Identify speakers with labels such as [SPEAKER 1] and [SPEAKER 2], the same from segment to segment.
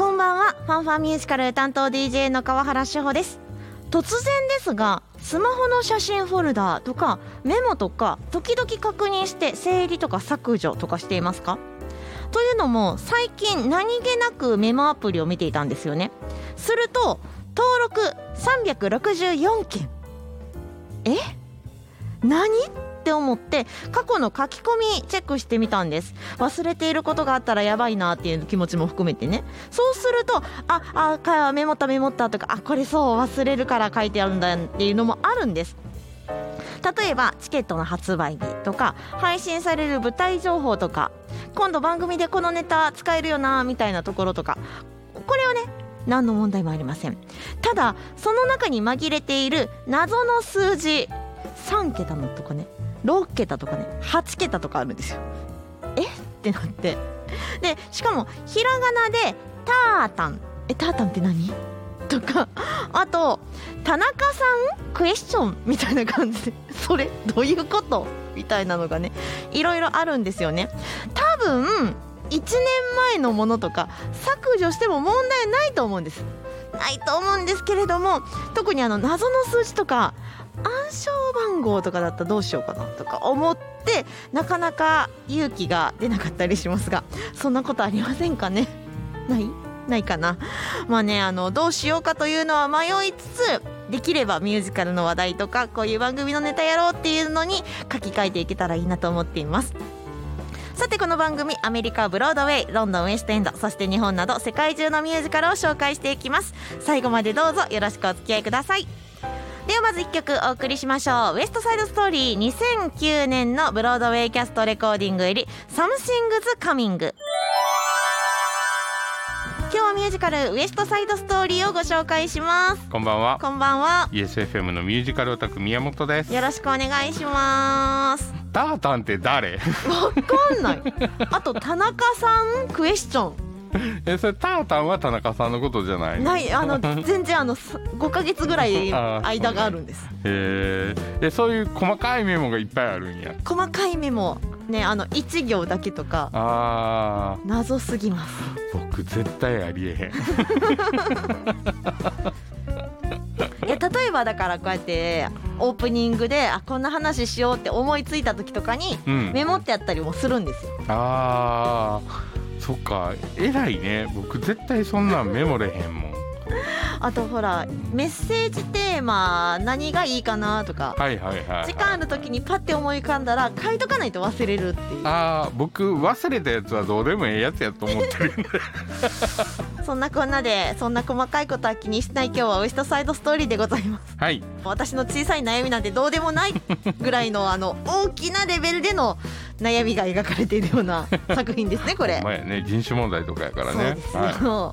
[SPEAKER 1] ンファミュージカル担当 DJ の川原志保です突然ですがスマホの写真フォルダとかメモとか時々確認して整理とか削除とかしていますかというのも最近何気なくメモアプリを見ていたんですよねすると登録364件え何って思って過去の書き込みチェックしてみたんです忘れていることがあったらやばいなっていう気持ちも含めてねそうするとああかメモったメモったとかあこれそう忘れるから書いてあるんだっていうのもあるんです例えばチケットの発売日とか配信される舞台情報とか今度番組でこのネタ使えるよなみたいなところとかこれはね何の問題もありませんただその中に紛れている謎の数字3桁のとかね6桁とかね8桁とかあるんですよえってなってでしかもひらがなで「タータン」え「タータンって何?」とかあと「田中さんクエスチョン」みたいな感じで「それどういうこと?」みたいなのがねいろいろあるんですよね多分1年前のものとか削除しても問題ないと思うんですないと思うんですけれども特にあの謎の数字とか暗証番号とかだったらどうしようかなとか思ってなかなか勇気が出なかったりしますがそんなことありませんかねないないかなまあねあのどうしようかというのは迷いつつできればミュージカルの話題とかこういう番組のネタやろうっていうのに書き換えていけたらいいなと思っていますさてこの番組アメリカブロードウェイロンドンウエストエンドそして日本など世界中のミュージカルを紹介していきます最後までどうぞよろしくお付き合いくださいではまず1曲お送りしましょう「ウエストサイドストーリー」2009年のブロードウェイキャストレコーディングより「サムシングズ・カミング」今日はミュージカル「ウエストサイドストーリー」をご紹介します
[SPEAKER 2] こんばんは
[SPEAKER 1] こんばんは
[SPEAKER 2] ESFM のミュージカルオタク宮本です
[SPEAKER 1] よろしくお願いします
[SPEAKER 2] タータンって誰
[SPEAKER 1] わかんない あと田中さんクエスチョ
[SPEAKER 2] えそれタータンは田中さんのことじゃない
[SPEAKER 1] ン
[SPEAKER 2] の
[SPEAKER 1] ないあの全然あのす5ヶ月ぐらい
[SPEAKER 2] あー
[SPEAKER 1] 間があるんです
[SPEAKER 2] えー、えそういう細かいメモがいっぱいあるんや
[SPEAKER 1] 細かいメモねあの1行だけとか
[SPEAKER 2] あ
[SPEAKER 1] 謎すぎます
[SPEAKER 2] ー僕絶対ありえへん
[SPEAKER 1] え例えばだからこうやってオープニングであこんな話しようって思いついた時とかに
[SPEAKER 2] うん
[SPEAKER 1] メモってやったりもするんですよ
[SPEAKER 2] あーそっか偉いね僕絶対そんなんメモれへんもん
[SPEAKER 1] あとほらメッセージテーマ何がいいかなとか
[SPEAKER 2] はいはいはい、はい、
[SPEAKER 1] 時間ある時にパッて思い浮かんだら書いとかないと忘れるっていう
[SPEAKER 2] あー僕忘れたやつはどうでもええやつやと思って る
[SPEAKER 1] そんなこんなでそんな細かいことは気にしない今日はウエストサイドストーリーでございます
[SPEAKER 2] はい
[SPEAKER 1] 私の小さい悩みなんてどうでもないぐらいのあの大きなレベルでの悩みが描かれているような作品ですねこれ
[SPEAKER 2] まあやね人種問題とかやから
[SPEAKER 1] そう
[SPEAKER 2] ね
[SPEAKER 1] です
[SPEAKER 2] はい
[SPEAKER 1] よ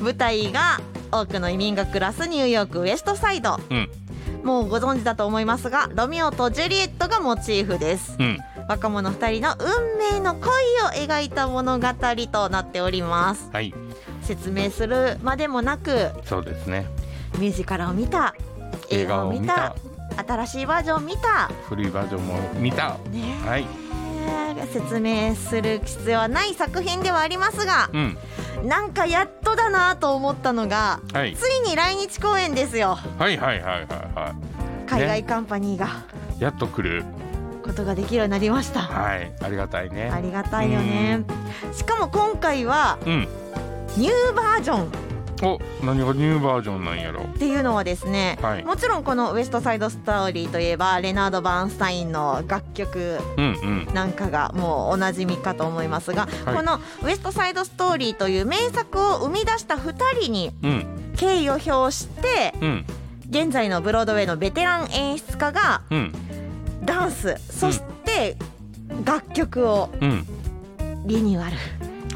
[SPEAKER 1] 舞台が多くの移民が暮らすニューヨークウエストサイド
[SPEAKER 2] うん
[SPEAKER 1] もうご存知だと思いますがロミオとジュリエットがモチーフです
[SPEAKER 2] うん
[SPEAKER 1] 若者2人の運命の恋を描いた物語となっております
[SPEAKER 2] はい
[SPEAKER 1] 説明するまでもなく
[SPEAKER 2] そうですね
[SPEAKER 1] ミュージカルを見た映画を見た新しいバージョンを見た
[SPEAKER 2] 古いバージョンも見た
[SPEAKER 1] ね
[SPEAKER 2] はい
[SPEAKER 1] え説明する必要はない作品ではありますが
[SPEAKER 2] うん
[SPEAKER 1] なんかやっとだなと思ったのが
[SPEAKER 2] はい
[SPEAKER 1] ついに来日公演ですよ
[SPEAKER 2] はいはいはいはいは
[SPEAKER 1] 海外カンパニーが
[SPEAKER 2] いやっと来る
[SPEAKER 1] ことができるようになりました
[SPEAKER 2] はいありがたいね
[SPEAKER 1] ありがたいよねしかも今回は
[SPEAKER 2] うん
[SPEAKER 1] ニューバージョンっ
[SPEAKER 2] お何がニューバージョンなんやろ
[SPEAKER 1] ていうのはですね、
[SPEAKER 2] はい
[SPEAKER 1] もちろんこの「ウエスト・サイド・ストーリー」といえばレナード・バーンスタインの楽曲
[SPEAKER 2] うんうん
[SPEAKER 1] なんかがもうおなじみかと思いますが、
[SPEAKER 2] はい
[SPEAKER 1] この「ウエスト・サイド・ストーリー」という名作を生み出した2人に
[SPEAKER 2] うん
[SPEAKER 1] 敬意を表して
[SPEAKER 2] うん
[SPEAKER 1] 現在のブロードウェイのベテラン演出家が
[SPEAKER 2] うん
[SPEAKER 1] ダンスそして楽曲を
[SPEAKER 2] うん
[SPEAKER 1] リニューアル、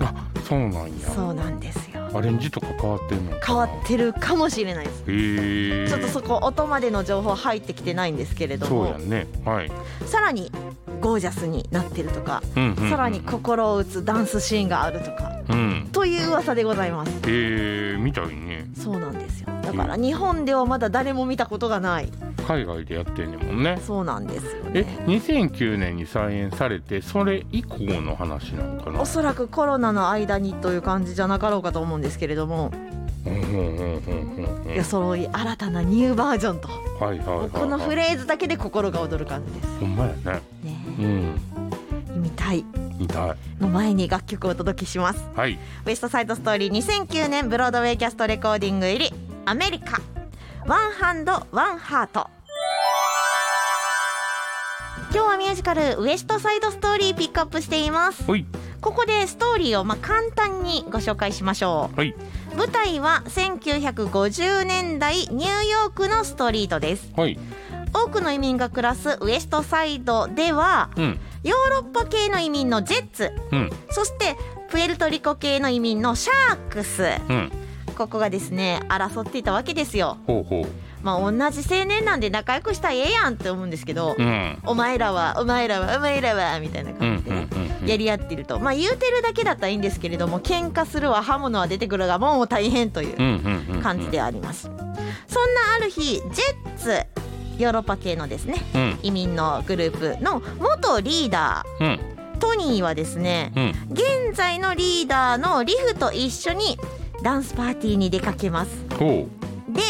[SPEAKER 2] あそうなんや
[SPEAKER 1] そうなんですよ
[SPEAKER 2] アレンジとか変わってんのかな
[SPEAKER 1] 変わってるかもしれないです
[SPEAKER 2] へえ
[SPEAKER 1] ちょっとそこ音までの情報入ってきてないんですけれど
[SPEAKER 2] そうや
[SPEAKER 1] も
[SPEAKER 2] んねはい
[SPEAKER 1] さらにゴージャスになってるとか、
[SPEAKER 2] うんうんうん
[SPEAKER 1] さらに心を打つダンスシーンがあるとか
[SPEAKER 2] うん
[SPEAKER 1] という噂でございます
[SPEAKER 2] へえみたいね
[SPEAKER 1] そうなんですよだから日本ではまだ誰も見たことがない
[SPEAKER 2] 海外でやってんねんもんね
[SPEAKER 1] そうなんですよ
[SPEAKER 2] え
[SPEAKER 1] ね
[SPEAKER 2] 2009年に再演されてそれ以降の話なのかな
[SPEAKER 1] おそらくコロナの間にという感じじゃなかろうかと思うんですけれども
[SPEAKER 2] ううんうんうんうんうんうん
[SPEAKER 1] よそろい新たなニューバージョンと
[SPEAKER 2] はいはいはいはい
[SPEAKER 1] このフレーズだけで心が躍る感じです
[SPEAKER 2] ほんまやね
[SPEAKER 1] ね
[SPEAKER 2] うん
[SPEAKER 1] え見たい
[SPEAKER 2] 見たい
[SPEAKER 1] の前に楽曲をお届けします
[SPEAKER 2] はい
[SPEAKER 1] ウエストサイドストーリー2009年ブロードウェイキャストレコーディング入りアメリカワンハンドワンハート今日はミュージカルウエストサイドストーリーピックアップしています
[SPEAKER 2] ほい
[SPEAKER 1] ここでストーリーをまあ簡単にご紹介しましょう
[SPEAKER 2] はい
[SPEAKER 1] 舞台は1950年代ニューヨークのストリートです
[SPEAKER 2] はい
[SPEAKER 1] 多くの移民が暮らすウエストサイドでは
[SPEAKER 2] うん
[SPEAKER 1] ヨーロッパ系の移民のジェッツ
[SPEAKER 2] うん
[SPEAKER 1] そしてプエルトリコ系の移民のシャークス
[SPEAKER 2] うん
[SPEAKER 1] ここがですね争っていたわけですよ
[SPEAKER 2] ほうほ
[SPEAKER 1] まあ同じ青年なんで仲良くしたらええやんって思うんですけど、
[SPEAKER 2] ううん
[SPEAKER 1] お前らはお前らはお前らはみたいな
[SPEAKER 2] うん
[SPEAKER 1] 感じ
[SPEAKER 2] う
[SPEAKER 1] で
[SPEAKER 2] んうん
[SPEAKER 1] やり合ってるとまあ言うてるだけだったらいいんですけれども喧嘩するわ刃物は出てくるがもう大変という
[SPEAKER 2] うんうんうんうん
[SPEAKER 1] 感じであります、そんなある日ジェッツヨーロッパ系のですね
[SPEAKER 2] うん
[SPEAKER 1] 移民のグループの元リーダ
[SPEAKER 2] うん
[SPEAKER 1] ートニーはですね
[SPEAKER 2] うん
[SPEAKER 1] 現在のリーダーのリフと一緒にダンスパーティーに出かけます
[SPEAKER 2] ほ
[SPEAKER 1] で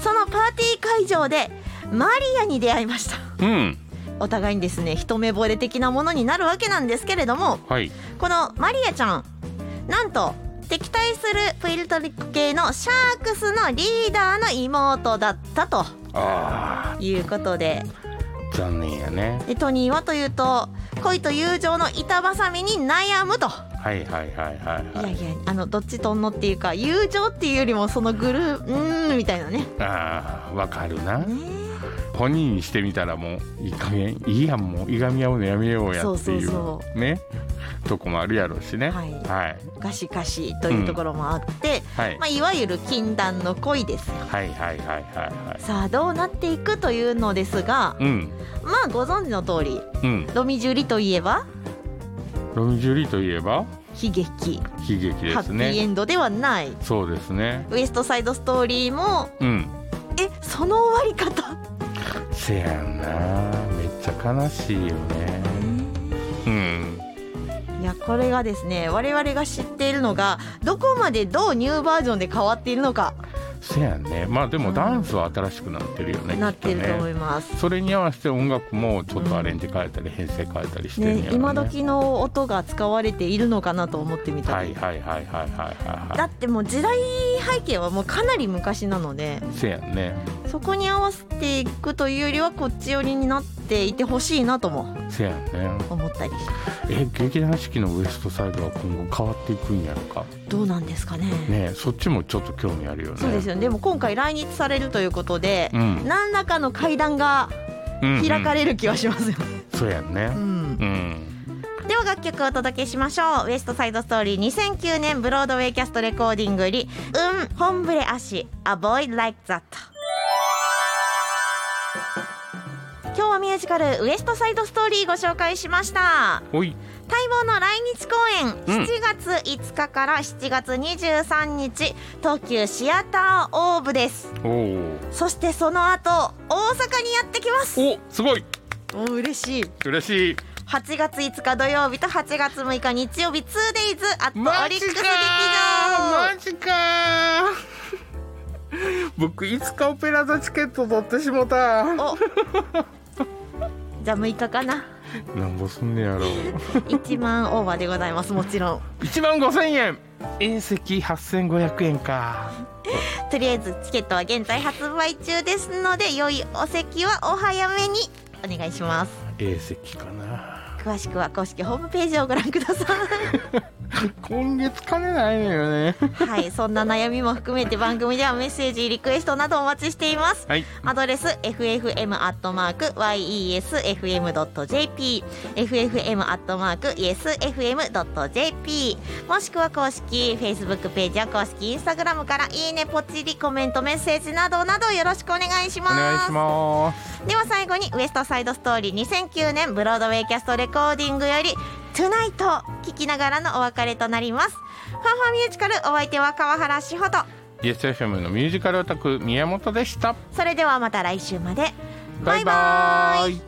[SPEAKER 1] そのパーティー会場でマリアに出会いました
[SPEAKER 2] ううん
[SPEAKER 1] お互いにですね一目惚れ的なものになるわけなんですけれども
[SPEAKER 2] はい
[SPEAKER 1] このマリアちゃんなんと敵対するプエルトリコ系のシャークスのリーダーの妹だったと
[SPEAKER 2] あ
[SPEAKER 1] いうことで
[SPEAKER 2] ー残念やね
[SPEAKER 1] でトニーはというと恋と友情の板挟みに悩むと
[SPEAKER 2] はいはいはいはい
[SPEAKER 1] いや
[SPEAKER 2] はい
[SPEAKER 1] いやあのどっちとんのっていうか友情っていうよりもそのグルーうーんみたいなね
[SPEAKER 2] あーわかるな
[SPEAKER 1] ね
[SPEAKER 2] 本人にしてみたらもういい加減いいやんもういがみ合うのやめようやっていう
[SPEAKER 1] そうそう
[SPEAKER 2] ねとこもあるやろうしね
[SPEAKER 1] はい
[SPEAKER 2] はい
[SPEAKER 1] ガシガシというところもあって、
[SPEAKER 2] はい
[SPEAKER 1] まあ、いわゆる禁断の恋ですよ
[SPEAKER 2] はいはいはいはいはい
[SPEAKER 1] さあどうなっていくというのですが
[SPEAKER 2] うん
[SPEAKER 1] まあご存知の通り
[SPEAKER 2] うん
[SPEAKER 1] ロミジュリといえば
[SPEAKER 2] ロミジュリといえば
[SPEAKER 1] 悲劇、
[SPEAKER 2] 悲劇で
[SPEAKER 1] ハ
[SPEAKER 2] す
[SPEAKER 1] ッピーエ
[SPEAKER 2] ね
[SPEAKER 1] ンドではない
[SPEAKER 2] そうですね
[SPEAKER 1] ウエストサイドストーリーも
[SPEAKER 2] うん
[SPEAKER 1] えその終わり方
[SPEAKER 2] せやんなめっちゃ悲しいよねうん
[SPEAKER 1] いやこれがですね我々が知っているのがどこまでどうニューバージョンで変わっているのか
[SPEAKER 2] せやんねまあで
[SPEAKER 1] う
[SPEAKER 2] も
[SPEAKER 1] ん
[SPEAKER 2] ダンスは新しくなってるよね、
[SPEAKER 1] なってると思
[SPEAKER 2] い
[SPEAKER 1] います。
[SPEAKER 2] それに合わせて音楽もちょっとアレンジ変えたり編成変えたりしてんねや
[SPEAKER 1] ね
[SPEAKER 2] ろ、ね
[SPEAKER 1] 今時の音が使われているのかなと思ってみた
[SPEAKER 2] は
[SPEAKER 1] り、
[SPEAKER 2] いはいはいはいはいはい
[SPEAKER 1] だ
[SPEAKER 2] は
[SPEAKER 1] ってもう時代背景はもうかなり昔なので
[SPEAKER 2] いせやんね
[SPEAKER 1] そこに合わせていくというよりはこっち寄りになっていてほしいなとも
[SPEAKER 2] せやんね
[SPEAKER 1] 思ったり
[SPEAKER 2] え劇団四季のウエストサイドは今後変わっていくんやろか
[SPEAKER 1] どうなんですかね
[SPEAKER 2] ねえそっちもちょっと興味あるよね
[SPEAKER 1] そうですよねでも今回来日されるということで、
[SPEAKER 2] うん
[SPEAKER 1] 何らかの会談が開か
[SPEAKER 2] れ
[SPEAKER 1] れる気はしますよ、
[SPEAKER 2] そうやんね
[SPEAKER 1] うん
[SPEAKER 2] うん
[SPEAKER 1] では楽曲をお届けしましょう「ウエストサイドストーリー」2009年ブロードウェイキャストレコーディングより「うんホンブレ足 A Boy Like That」今日はミュージカル「ウエストサイドストーリー」ご紹介しました
[SPEAKER 2] おい
[SPEAKER 1] 待望の来日公演
[SPEAKER 2] うん
[SPEAKER 1] 7月5日から7月23日、東急シアターオーブです
[SPEAKER 2] おー
[SPEAKER 1] そしてその後大阪にやってきます
[SPEAKER 2] おすごい
[SPEAKER 1] お嬉しい
[SPEAKER 2] 嬉しい
[SPEAKER 1] 8月5日土曜日と8月6日日曜日 2days あとオ
[SPEAKER 2] マ
[SPEAKER 1] リッ
[SPEAKER 2] ジ
[SPEAKER 1] クス
[SPEAKER 2] か
[SPEAKER 1] 劇
[SPEAKER 2] ー
[SPEAKER 1] 場
[SPEAKER 2] マジか ー僕いつかオペラ座チケット取ってしもた
[SPEAKER 1] おじゃあ6日かな
[SPEAKER 2] なんぼすんねやろ
[SPEAKER 1] 1万オーバーでございますもちろん
[SPEAKER 2] 1万5千円遠石8500円か
[SPEAKER 1] とりあえずチケットは現在発売中ですので良いお席はお早めにお願いします
[SPEAKER 2] 遠石かな
[SPEAKER 1] 詳しくは公式ホームページをご覧くださ
[SPEAKER 2] 今月金ないのよね
[SPEAKER 1] いはいそんな悩みも含めて番組ではメッセージリクエストなどお待ちしています
[SPEAKER 2] はい
[SPEAKER 1] アドレス ffm.yesfm.jp ffm.yesfm.jp もしくは公式 Facebook ページや公式 Instagram からいいねポチリコメントメッセージなどなどよろしくお願いし
[SPEAKER 2] お願い
[SPEAKER 1] ます
[SPEAKER 2] します
[SPEAKER 1] では最後にウエストサイドストーリー2009年ブロードウェイキャストレコーディングより「トゥナイト」聞きながらのお別れとなりますファンファンミュージカルお相手は川原志穂と
[SPEAKER 2] DSFM のミュージカルオタク宮本でした
[SPEAKER 1] それではまた来週まで
[SPEAKER 2] バイバーイ